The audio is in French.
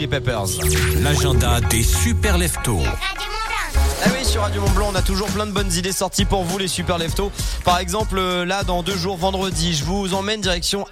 Les Peppers. L'agenda des super leftos. Ah oui, sur Radio Mont Blanc, on a toujours plein de bonnes idées sorties pour vous, les super leftos. Par exemple, euh, là, dans deux jours, vendredi, je vous emmène direction